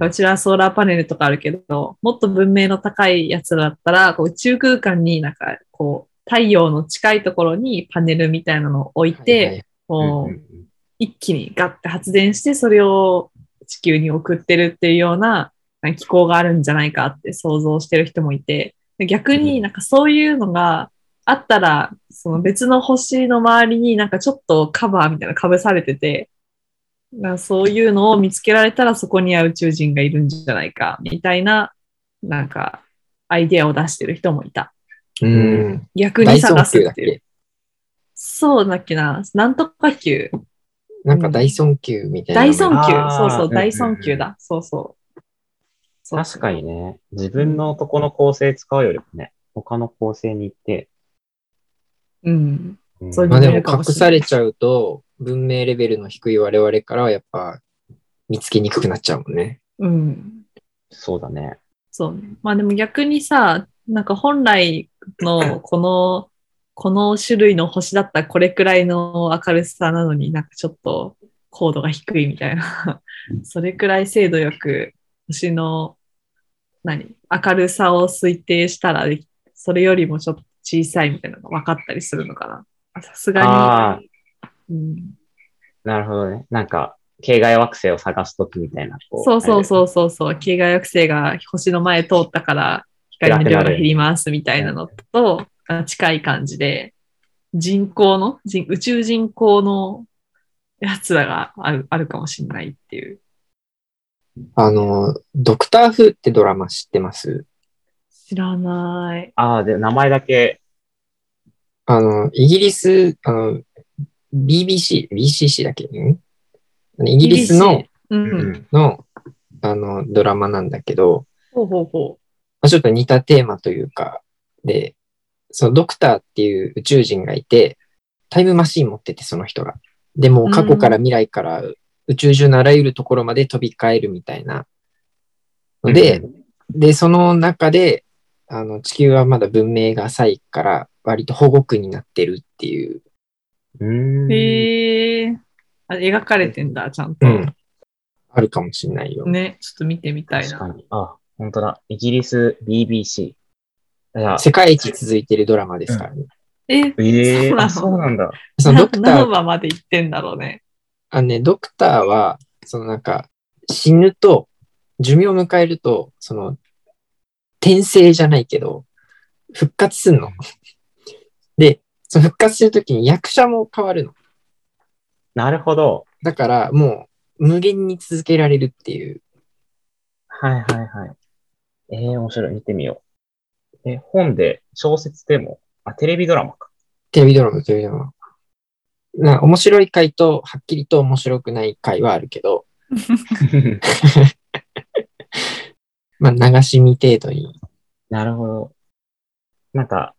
C: うちらはソーラーパネルとかあるけど、もっと文明の高いやつだったら、こう宇宙空間になんか、こう、太陽の近いところにパネルみたいなのを置いて、
B: はい
C: こう、一気にガッて発電して、それを地球に送ってるっていうようななんか機構があるんじゃないかって想像してる人もいて、で逆になんかそういうのがあったら、その別の星の周りになんかちょっとカバーみたいなの被されてて、なんかそういうのを見つけられたらそこには宇宙人がいるんじゃないか、みたいな、なんかアイデアを出してる人もいた。
B: はいうん。
C: 逆に
B: 大尊
C: 探す
B: 級だ
C: っ
B: って
C: いう。
B: け
C: そうだっけな。なんとか級
B: なんか大尊級みたいな。
C: 大尊級
D: あー
C: そうそ
D: うんうんう、
C: うん大尊級だ。そうそう。そう
D: 確かにね、自分のとこの構成使うよりもね、他の構成に行って、
C: うん。
D: うん
C: そう
B: まあでも隠されちゃうと、文明レベルの低い我々からはやっぱ見つけにくくなっちゃうもんね。
C: うん。
D: そうだね。
C: そうね。まあでも逆にさ、なんか本来のこの、この種類の星だったらこれくらいの明るさなのになんかちょっと高度が低いみたい な。それくらい精度よく星の何明るさを推定したら、それよりもちょっと小さいみたいなのが分かったりするのかな。さす
D: あ
C: がに。うん
D: なるほどね。なんか、形外惑星を探すときみたいな。こ
C: そうそう
D: う。
C: そうそうそう。系外惑星が星の前通ったから光の量が減りますみたいなのとあ近い感じで、人口の、人宇宙人口のやつらがあるあるかもしれないっていう。
B: あの、ドクター・フーってドラマ知ってます
C: 知らない。
D: ああ、で、名前だけ、
B: あの、イギリス、あの、BBC、BCC だっけんイギリスの、
C: うん。
D: うん
B: の、あの、ドラマなんだけど、
C: ほうほうほ
B: まあ、ちょっと似たテーマというか、で、そのドクターっていう宇宙人がいて、タイムマシン持ってて、その人が。でもう過去から未来から宇宙中のあらゆるところまで飛び交えるみたいなので、で、その中で、あの、地球はまだ文明が浅いから、割と保護区になってるっていう。
D: うーん。
C: へえ。あ描かれてんだ、ちゃんと。
B: うん。あるかもしれないよ。
C: ね、ちょっと見てみたい
D: 確か
C: な。
D: に。あ、本当だ。イギリス BBC。いや、
B: 世界一続いてるドラマですからね。
C: え、
D: ええ
C: そうなの
D: あそうなんだ。
B: その
C: な
B: ドクター
C: 何話まで行ってんだろうね。
B: あのね、ドクターは、そのなんか、死ぬと、寿命を迎えると、その、転生じゃないけど、復活すんの。で、その復活するときに役者も変わるの。
D: なるほど。
B: だから、もう、無限に続けられるっていう。
D: はいはいはい。ええ面白い。見てみよう。え、本で、小説でも、あ、テレビドラマか。
B: テレビドラマ、テレビドラマ。な面白い回と、はっきりと面白くない回はあるけど、まあ、流し見程度に。
D: なるほど。なんか、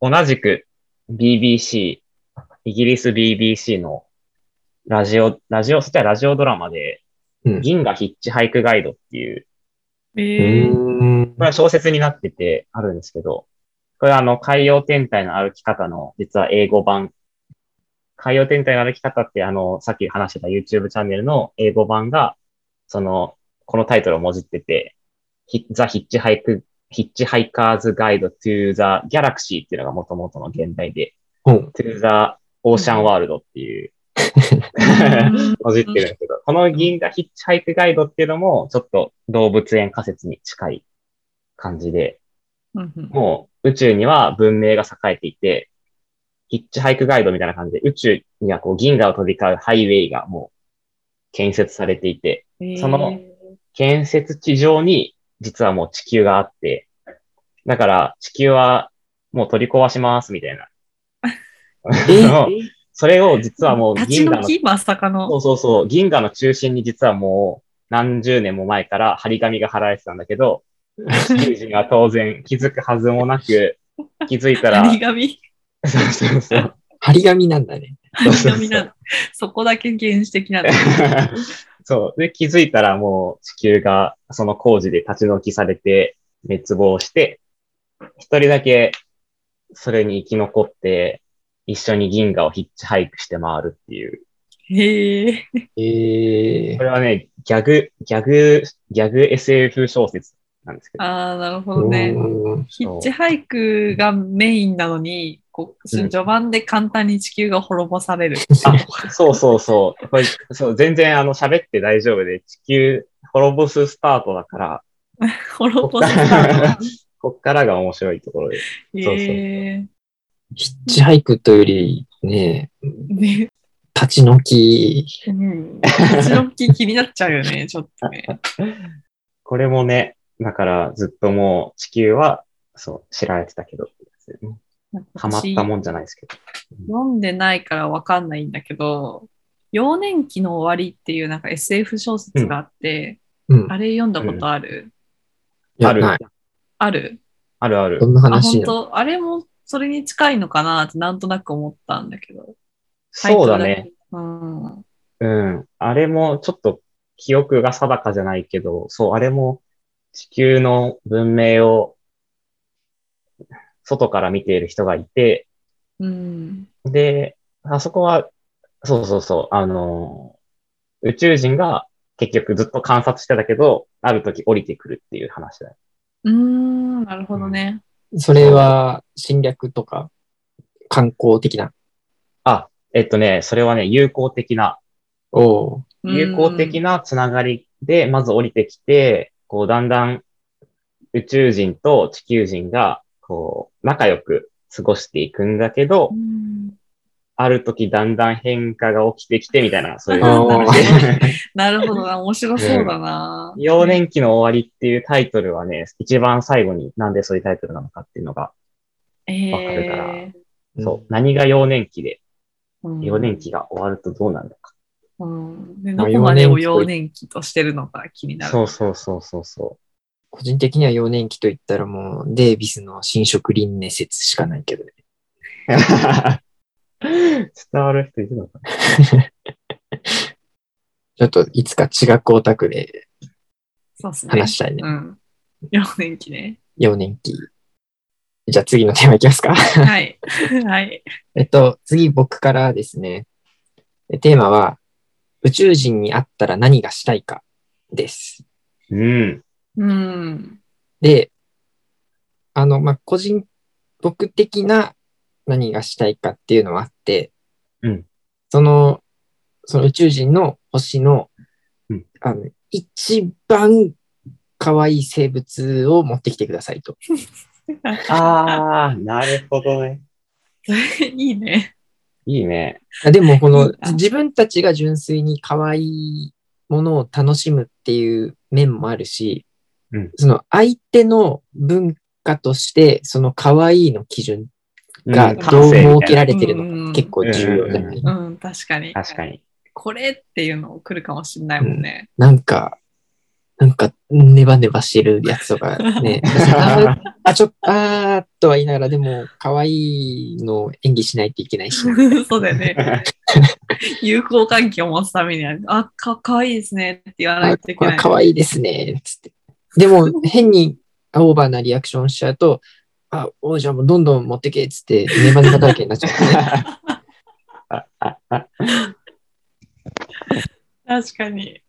D: 同じく BBC、イギリス BBC のラジオ、ラジオ、そしたらラジオドラマで、
B: うん
D: 銀河ヒッチハイクガイドっていう、
C: えー、
B: うん
D: これは小説になっててあるんですけど、これはあの、海洋天体の歩き方の、実は英語版。海洋天体の歩き方って、あの、さっき話してた YouTube チャンネルの英語版が、その、このタイトルをもじってて、ヒザ・ヒッチハイク、ヒッチハイカーズ・ガイド・トゥ・ザ・ギャラクシーっていうのが元々の現代で、
B: うん
D: トゥ・ザ・オーシャン・ワールドって いう、もじってるんですけど、この銀河ヒッチハイクガイドっていうのも、ちょっと動物園仮説に近い感じで、
C: うんうん
D: もう宇宙には文明が栄えていて、ヒッチハイクガイドみたいな感じで、宇宙にはこう銀河を飛び交うハイウェイがもう建設されていて、
C: えー
D: その建設地上に実はもう地球があって、だから地球はもう取り壊しますみたいな。
B: え
D: そのそれを実はもう
C: 立ち
D: 銀河
C: 退
D: の
C: きまさかの
D: そ。うそうそう。銀河の中心に実はもう何十年も前から張り紙が貼られてたんだけ ど、地球人は当然気づくはずもなく、気づいたら、
C: 張り紙
D: そうそうそう。
B: 張り紙なんだね。
C: 張り紙なの。そこだけ原始的なの。
D: そう。で、気づいたらもう地球がその工事で立ち退きされて滅亡して、一人だけそれに生き残って、一緒に銀河をヒッチハイクして回るっていう。
C: へえ。
B: ええ
D: これはね、ギャグ、ギャグ、ギャグ SF 小説なんですけど。
C: ああ、なるほどね。
B: うん
C: ヒッチハイクがメインなのに、こう
D: うん
C: 序盤で簡単に地球が滅ぼされる。
D: あ、そうそうそう。これそう全然あの喋って大丈夫で、地球滅ぼすスタートだから、
C: 滅
D: こ
C: ぼ
D: っ
C: される。
D: から、こっからが面白いところで。
C: へ
D: そう
C: え。
B: ヒッチハイクというより、ね、
C: ね、
B: 立ち退き、
C: うん。立ち退き気になっちゃうよ ね、ちょっとね。
D: これもね、だからずっともう地球は、そう、知られてたけど、
C: なんか
D: ハマっ
C: 私
D: たもんじゃないですけど。
C: 読んでないからわかんないんだけど、幼年期の終わりっていうなんか SF 小説があって、
B: うん
C: あれ読んだことある、
B: いや
D: ある、
B: ない
C: ある
D: あるある
B: ど。んな
C: あ、
B: 話
C: 本
B: なの
C: 当あれもそれに近いのかなってなんとなく思ったんだけど。
D: そう
C: タイト
D: だ
C: ル
D: ね。
C: け。うん。
D: うん。あれもちょっと記憶が定かじゃないけど、そう、あれも地球の文明を外から見ている人がいて、
C: うん。
D: で、あそこは、そうそうそう、あのー、宇宙人が結局ずっと観察してたけど、ある時降りてくるっていう話だよ。
C: うーん、なるほどね。
B: それは侵略とか観光的な。
D: あ、えっとね、それはね、友好的な、
B: おう
D: 友好的
C: な。
D: なつながりで、まず降りてきて、こう、だんだん宇宙人と地球人が、こう、仲良く過ごしていくんだけど
C: う、ん
D: ある時だんだん変化が起きてきて、みたいな、そういう
B: あー
D: 話。
C: なるほどな、面白そうだな。
D: 幼年期の終わりっていうタイトルはね、一番最後になんでそういうタイトルなのかっていうのが、
C: え
D: わかるから
C: え
D: そう、何が幼年期で、
C: うん
D: 幼年期が終わるとどうなるのか。
C: うんでどこまでを幼年期としてるのか気になる。
D: そうそうそうそうそ
B: 個人的には幼年期といったらもうデイビスの侵食輪廻説しかないけどね。
D: う。伝わる人いるのかな
B: ちょっといつか地学オタクで
C: そうですね。
B: 話したいね。
C: うん。幼年期ね。
B: 幼年期。じゃあ次のテーマいきますか。
C: はい。はい。
B: えっと、次僕からですね。えテーマは、宇宙人に会ったら何がしたいかです。
D: うん。
C: うん。
B: で、あの、まあ、個人、僕的な何がしたいかっていうのはあって、
D: うん
B: その、その宇宙人の星の、
D: うん
B: あの、一番可愛い生物を持ってきてくださいと。
D: ああ、なるほどね。
C: いいね。
D: いいね。
B: あでも、こ
C: い
B: の
C: いな
B: 自分たちが純粋に可愛いものを楽しむっていう面もあるし、
D: うん
B: その相手の文化として、その可愛いの基準が
C: ん
B: どう設けら
D: れ
B: れてるのか
C: うん
B: 結構重要じゃない、
C: うん、確かに。
D: 確かに。
C: これっていうの来るかもしれないもんね。
B: なんか、なんか、ネバネバしてるやつとか ね。あーあ、ちょっと、あーっとは言いながら、でも、可愛いのを演技しないといけないし。
C: そうだよね。友好関係を持つためには、あ、かかわいいですねって言わないといけない。
B: あ可愛いですね、つって。でも、変にオーバーなリアクションしちゃうと、あ、おうじゃあもうどんどん持ってけ、つって、ネバネバ体験になっちゃ う、ね。
C: 確かに。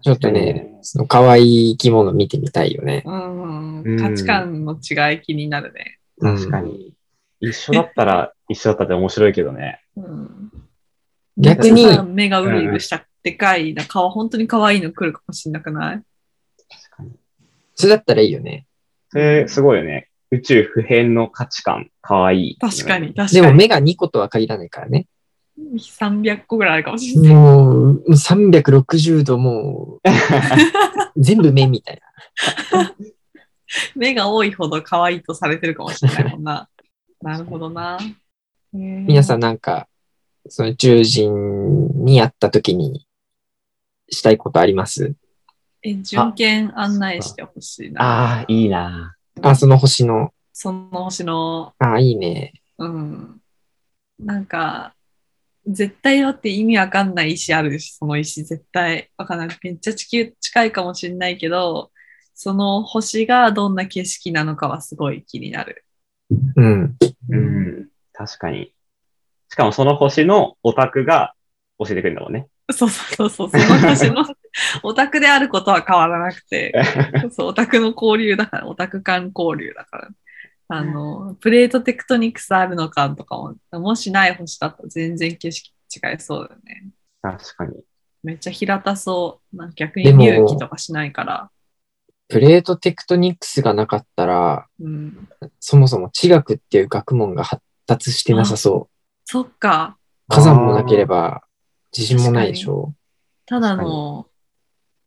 B: ちょっとね、その可愛い生き物見てみたいよね。
C: うん
D: うん。
C: 価値観の違い気になるね。
D: 確かに。一緒だったら、一緒だったで面白いけどね。
C: うん、
B: 逆に
C: お父さん目がうるうるしたでかいな顔、本当に可愛いの来るかもしれなくない
D: 確かに。
B: それだったらいいよね。
D: それ、すごいよね。宇宙普遍の価値観、かわいい。
C: 確か。に、確
B: で
C: か
B: も
C: に。
B: 目が2個とは限らないからね。
C: 300個ぐらいあるかもしれない。
B: もう、360度もう、全部目みたい
C: 目が多いほど可愛いとされてるかもしれないもんな。なるほどな。皆
B: 皆さんなんか、その宇宙人に会った時にしたいことあります
C: え、準検案内してほしいな。
D: ああ、いいな。
B: あ、その星の、
C: その星の、
B: あ、いいね。
C: うん。なんか、絶対よって意味わかんない石あるでしょ、その石絶対わかんない。めっちゃ地球近いかもしれないけど、その星がどんな景色なのかはすごい気になる。
B: うん。
D: うん。確かに。しかもその星のオタクが教えてくれるんだもんね。
C: そうそうそうそう、その星のオタクであることは変わらなく て、そう、オタクの交流だから、オタク間交流だから。あの、プレートテクトニクスあるのかとかも、もしない星だと全然景色違いそうだよね。
D: 確かに。
C: めっちゃ平たそう。なんか逆に
B: でも
C: 隆起とかしないから。
B: プレートテクトニクスがなかったら、
C: うん。
B: そもそも地学っていう学問が発達してなさそ
C: そっか。
B: う。火山もなければ地震もないでしょ。
C: ただの、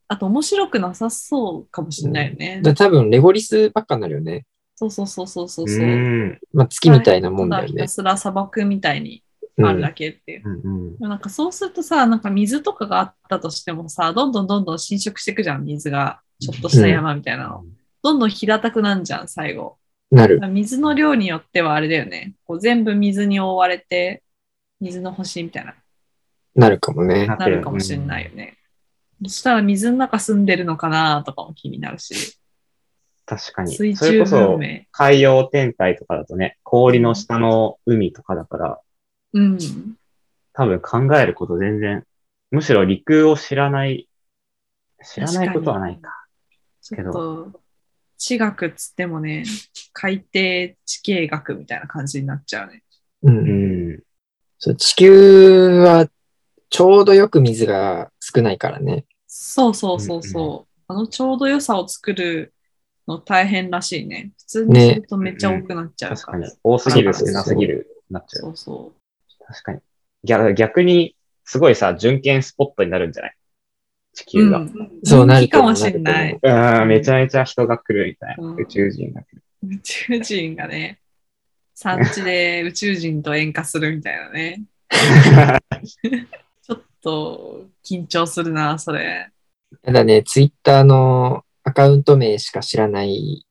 C: あと面白くなさそうかもしれないよね。
B: だ多分レゴリスばっかになるよね。
C: そうそうそうそうそうう。
D: ん。うん
B: まあ月みたいなもんだよ
C: たひ
B: ね
C: た。すら砂漠みたいに
B: う
C: あるだ
B: ん、
C: けっていう。
D: うん。
C: でもなんかそうするとさ、なんか水とかがあったとしてもさ、どんどんどんどん侵食していくじゃん、水が。ちょっとした山みたいなの。どんどん平たくなんじゃん、最後。
B: なる。
C: 水の量によってはあれだよね。こう全部水に覆われて、水の星みたいな、
B: なるかもね。
C: なるかもしれないよね。そしたら水の中住んでるのかなとかも気になるし、
D: 確かに。
C: 水
D: それ
C: 中
D: こ
C: 文
D: そ、
C: 明。
D: 海洋天体とかだとね、氷の下の海とかだから、
C: うん。
D: 多分考えること全然、むしろ陸を知らない、知らないことはないか。
C: ち
D: け
C: ょ
D: ど
C: っと、地学っつってもね、海底地形学みたいな感じになっちゃうね。
B: う。
D: うんん。
B: そう地球はちょうどよく水が少ないからね。
C: そうそうそうそう。あのちょうど良さを作るの大変らしいね。普通に
B: ね
C: するとめっちゃ多くなっちゃう
D: 確
C: か。
D: からに。多すぎる、
B: そ
D: 少
B: うそう
D: なすぎる、なっちゃ。
C: そううそう。
D: 確かに。逆逆に、すごいさ、巡検スポットになるんじゃない地球が。
C: ん、
B: そう
C: 人
B: なる
C: 気
B: と
C: か
B: 思う
C: もしれな
B: なる
C: い。
D: うん、めちゃめちゃ人が来るみたいな。
C: うん
D: 宇宙人が来る。
C: 宇宙人がね、産地で宇宙人と演歌するみたいなね。ちょっと緊張するな、それ。
B: ただね、ツイッターのアカウント名しか知らない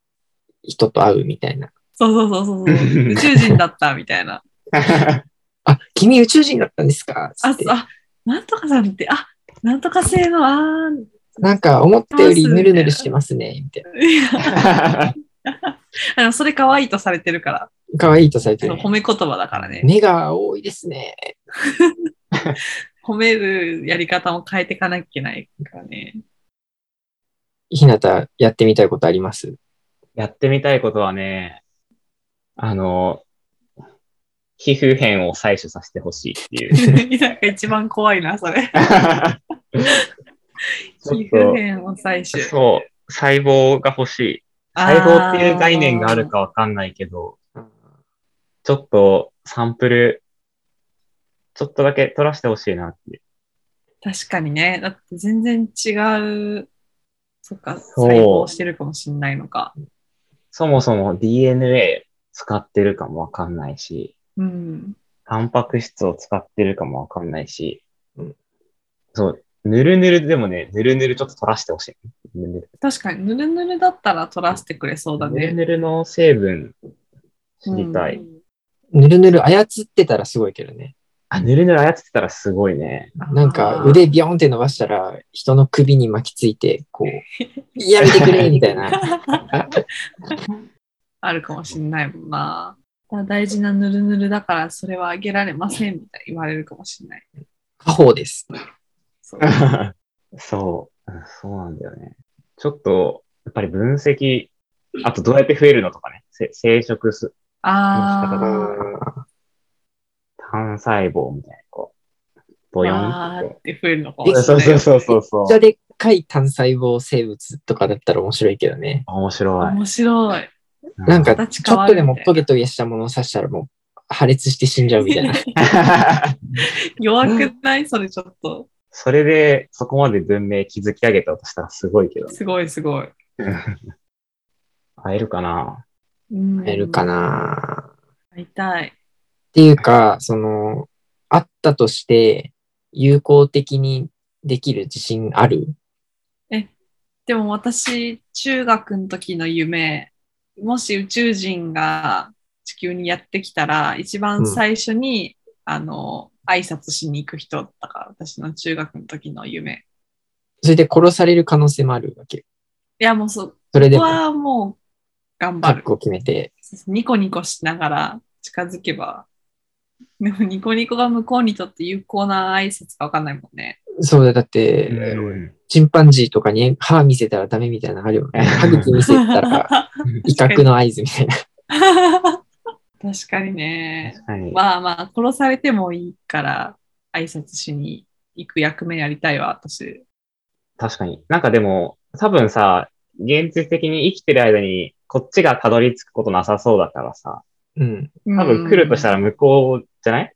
B: 人と会うみたいな。
C: そうそうそうそうそう。宇宙人だったみたいな。
B: あ、君 宇宙人だったんですかつ
C: あ
B: って、
C: あ、なんとかさんって、あ、なんとか性の、あー
B: なんか思ったよりぬるぬるしてますね、みたい
C: いやあのそれ可愛いとされてるから、
B: な。可愛いとされて
C: その
B: る。
C: 褒め言葉だからね。
B: 目が多いですね。
C: 褒めるやり方も変えていかなきゃいけないから ね。
B: ひなた、やってみたいことあります
D: やってみたいことはね、あの、皮膚片を採取させてほしいっていう。
C: なんか一番怖いな、それ。
D: ちょっと
C: 皮膚片を採取。
D: そう、細胞が欲しい。
C: あ
D: 細
C: ー
D: 胞っていう概念がある。かわかんないけど、ちょっとサンプル、ちょっとだけ取らせてほしいなっていう。
C: 確かにね。だって全然違う、そっか、
D: う
C: 細胞してるかもしんないのか。
D: そもそも DNA 使ってるかもわかんないし、
C: うん。
D: タンパク質を使ってるかもわかんないし、
B: うん
D: そう、ぬるぬるでもね、ぬるぬるちょっと取らせてほしい。ぬるぬる
C: 確かに、ぬるぬるだったら取らせてくれそうだ
D: ぬる
C: ね。
D: ぬるの成分知りたい。
C: うん
B: ぬるぬる操ってたらすごいけどね。
D: あ、ぬるぬる操ってたらすごいね。
B: なんか腕ビョンって伸ばしたら、人の首に巻きついて、こう、 やめてくれみたいな。
C: あるかもしんないもんな。だから大事なぬるぬるだから、それはあげられませんみたいに言われるかもしんない。
B: 家宝です。
C: そう
D: そう、うんそうなんだよね。ちょっと、やっぱり分析、あとどうやって増えるのとかね、せ生殖す、
C: あー
D: 単細胞みたいな、こう、ボヨン
C: あ
D: っ
C: ー
D: て
C: って増えるのかも
D: こ
C: しれ
D: う。
C: ない。
D: そうそうそうそうそ
B: めっ
D: う
B: ち。ゃでっかい単細胞生物とかだったら面白いけどね。
D: 面白い。
C: 面白い。
B: なんか、
C: 形
B: ち
C: 変
B: ょ
C: わ
B: っ
C: るみ
B: と
C: た
B: で
C: いな
B: もトゲトゲしたものを刺したらもう破裂して死んじゃう みたいな。
C: 弱くないそれちょっと。
D: それで、そこまで文明築き上げたとしたらすごいけどね。
C: すごいすごい。
D: 会えるかな
C: うん
B: やるか。な
C: 会いたい。
B: っていうか、その、あったとして、有効的にできる自信ある
C: でも私、中学の時の夢、もし宇宙人が地球にやってきたら、一番最初に、あの、挨拶しに行く人だったから、私の中学の時の夢。
B: それで殺される可能性もあるわけ。
C: いや、もうそ
B: それで
C: こ
B: も、
C: はもう頑張
B: 覚
C: る。
B: 悟を決めて、
C: ニコニコしながら近づけば、 でもニコニコが向こうにとって有効な挨拶かわかんないもんね。
B: そうだ、だって、チンパンジーとかに歯見せたらダメみたいなのあるよね。歯茎見せたら威嚇の合図みたいな。
C: 確かにね。
D: 確かに。
C: まあまあ、殺されてもいいから、挨拶しに行く役目やりたいわ、私。
D: 確かに。なんかでも、多分さ、現実的に生きてる間に、こっちがたどり着くことなさそうだからさ、
B: うん。
C: 多
D: 多分来るとした
C: ら。
D: ら向こうじゃない、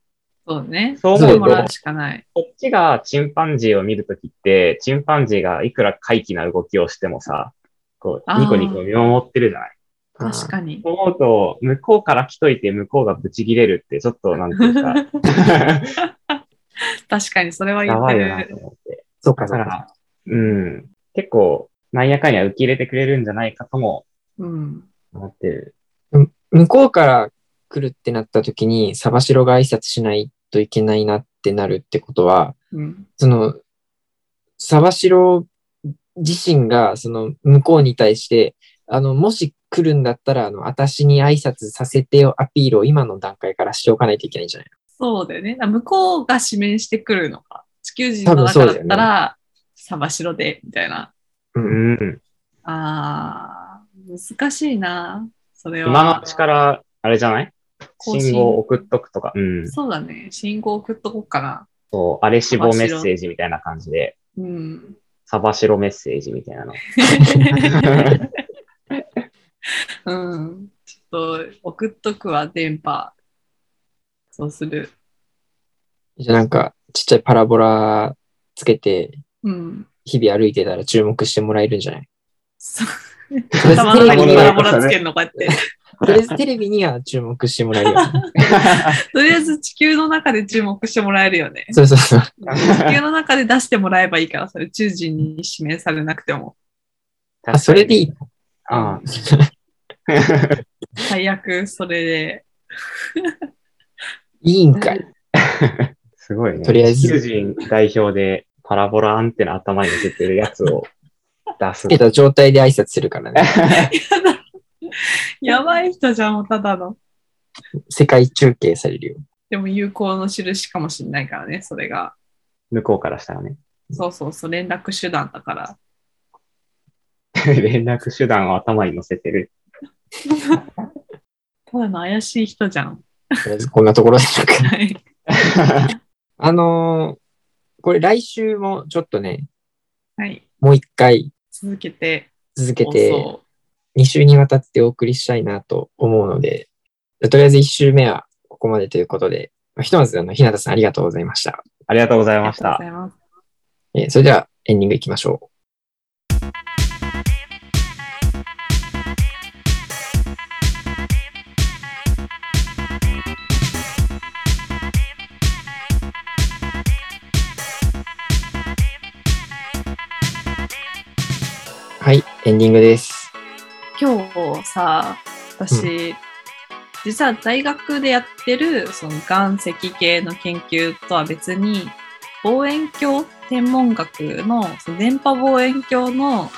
C: そうね。
D: そう
C: 来
B: 思うと
C: てもらうしかない。
D: こっちがチンパンジーを見るときって、チンパンジーがいくら怪奇な動きをしてもさ、こ
C: あ
D: う、
C: ー
D: ニコニコ見守ってるじゃない
C: 確かに。
D: そう思うと、向こうから来といて向こうがブチ切れるって、ちょっとなん ていうか、
C: 確かに、それは言
D: や
C: っ
D: ば
C: て
D: いよな
C: る。
D: と思って。
B: そうか、
D: だ
B: そ
D: か、
B: うから
D: うん。結構、なんやかんや受け入れてくれるんじゃないかとも
C: うん。
D: 思ってる。
B: 向こうから来るってなった時に、サバシロが挨拶しないといけないなってなるってことは、
C: うん。
B: その、サバシロ自身が、その、向こうに対して、あの、もし来るんだったら、あの、私に挨拶させてよアピールを今の段階からしておかないといけないんじゃない
C: そうだよね。だから向こうが指名してくるのか。地球人の
B: 多分そ
C: 中だ
B: うだ
C: っ
B: よね
C: たら、サバシロで、みたいな。
D: うん。
C: あー、難しいな。それは。
D: 今のうちから、あれじゃない
C: 更新
D: 信号送っとくとか、うん。
C: そうだね。信号送っとこうかな。
D: そう、あれ死亡メッセージみたいな感じで、
C: うん。
D: サバシロメッセージみたいなの。
C: うん。ちょっと、送っとくわ、電波。そうする。
B: じゃあなんか、ちっちゃいパラボラつけて、
C: うん。
B: 日々歩いてたら注目してもらえるんじゃない
C: そう
B: とりあえず
C: 頭の中に
B: テレビに
C: バラ
B: は、
C: ボラつけるの、こうやって。
B: とりあえずテレビには注目してもらえるよね。
C: とりあえず地球の中で注目してもらえるよね。
B: そうそうそう。
C: 地球の中で出してもらえばいいから、それ宇宙人に指名されなくても。
B: あ、それでいい。
D: あ
C: 最悪、それで。
B: いいんかい。
D: すごいね。
B: とりあえず
D: 地球人代表でパラボラアンテナ頭に乗せてるや つを出す
B: え。っと、状態で挨拶するからね。
C: やばい人じゃん、もうただの。
B: 世界中継されるよ。
C: でも有効の印かもしれないからね、それが。
D: 向こうからしたらね。
C: そうそうそう、連絡手段だから。
D: 連絡手段を頭に乗せてる。
C: ただの怪しい人じゃ ん。
B: とりあえずこんなところでしょうか。
C: はい。
B: あのーこれ来週もちょっとね、
C: はい。
B: もう一回
C: 続けて、
B: 続け
C: 放
B: て、
C: 送。
B: 2週にわたってお送りしたいなと思うので、とりあえず1週目はここまでということで、まあひとまず、あの、日向さんありがとうございました。
D: ありがとうござい
C: あり
D: ま
C: が
D: し
C: とうご
D: た
C: ざ。います。
B: えーそれではエンディングいきましょう。はい、エンディングです。
C: 今日さ私、実は大学でやってるその岩石系の研究とは別に望遠鏡天文学のその電波望遠鏡の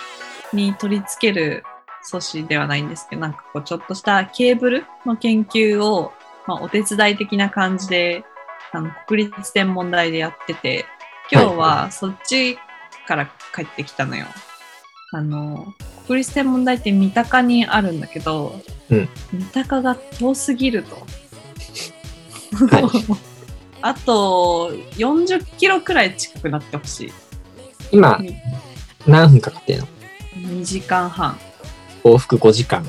C: に取り付ける素子ではないんですけどなんかこうちょっとしたケーブルの研究を、まあ、お手伝い的な感じであの国立天文台でやってて今日はそっちから帰ってきたのよ。あの国立天文台って三鷹にあるんだけど、
B: うん
C: 三鷹が遠すぎると。
B: は
C: あと40キロくらい近くなってほしい。
B: 今、何分かかってんの
C: 2時間半。
B: 往復5時間。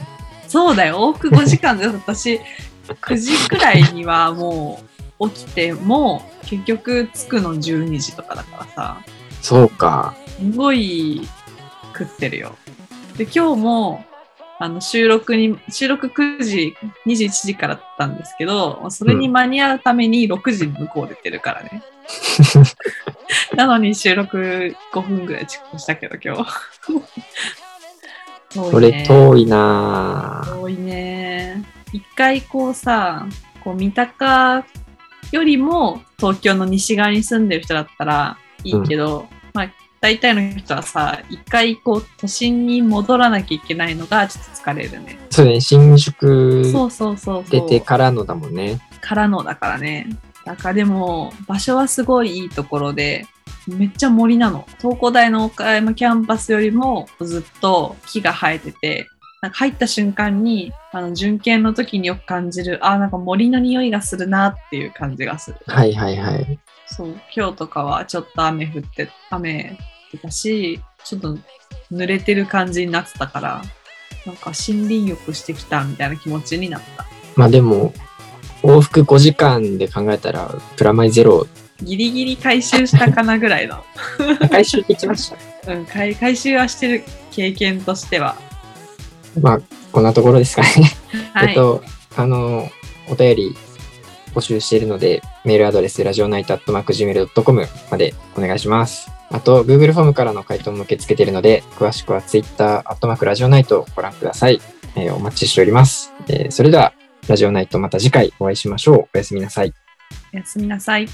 C: そうだよ、往復5時間で私、9時くらいにはもう起きて、もう結局着くの12時とかだからさ、
B: そうか。
C: すごい食ってるよ。で、今日も、あの収録に、収録9時、21時からだったんですけど、それに間に合うために6時に向こう出てるから ね。なのに収録5分ぐらい遅刻したけど、今 日。
B: そ
C: そ
B: れ遠いなぁ
C: 多いね。一回こうさ、こう三鷹よりも東京の西側に住んでる人だったらいいけど、まあ大体の人はさ、一回こう都心に戻らなきゃいけないのがちょっと疲れるね。
B: そうね、新宿
C: そうそうそうそ
B: 出
C: う。
B: てからのだもんね。
C: からのだからね。だからでも場所はすごいいいところで、めっちゃ森なの。東工大の岡山キャンパスよりもずっと木が生えてて、なんか入った瞬間に、あの、巡検の時によく感じる、あーなんか森の匂いがするなっていう感じがする。
B: はいはいはい。
C: そう、今日とかはちょっと雨降って、雨降ってたし、ちょっと濡れてる感じになってたから、なんか森林浴してきたみたいな気持ちになった。
B: まあでも、往復5時間で考えたら、プラマイゼロ、
C: ギリギリ回収したかなぐらいの。
B: 回収でき ました。
C: うん、回回収はしてる経験としては。
B: まあ、こんなところですかね。
C: はい。
B: えっと、あの、お便り募集しているので、メールアドレス、ラジオナイトアットマーク Gmail.com までお願いします。あと、Google フォームからの回答も受け付けているので、詳しくは Twitter、アットマークラジオナイトをご覧ください。えーお待ちしております。えーそれでは、ラジオナイトまた次回お会いしましょう。おやすみなさい。
C: おやすみなさい。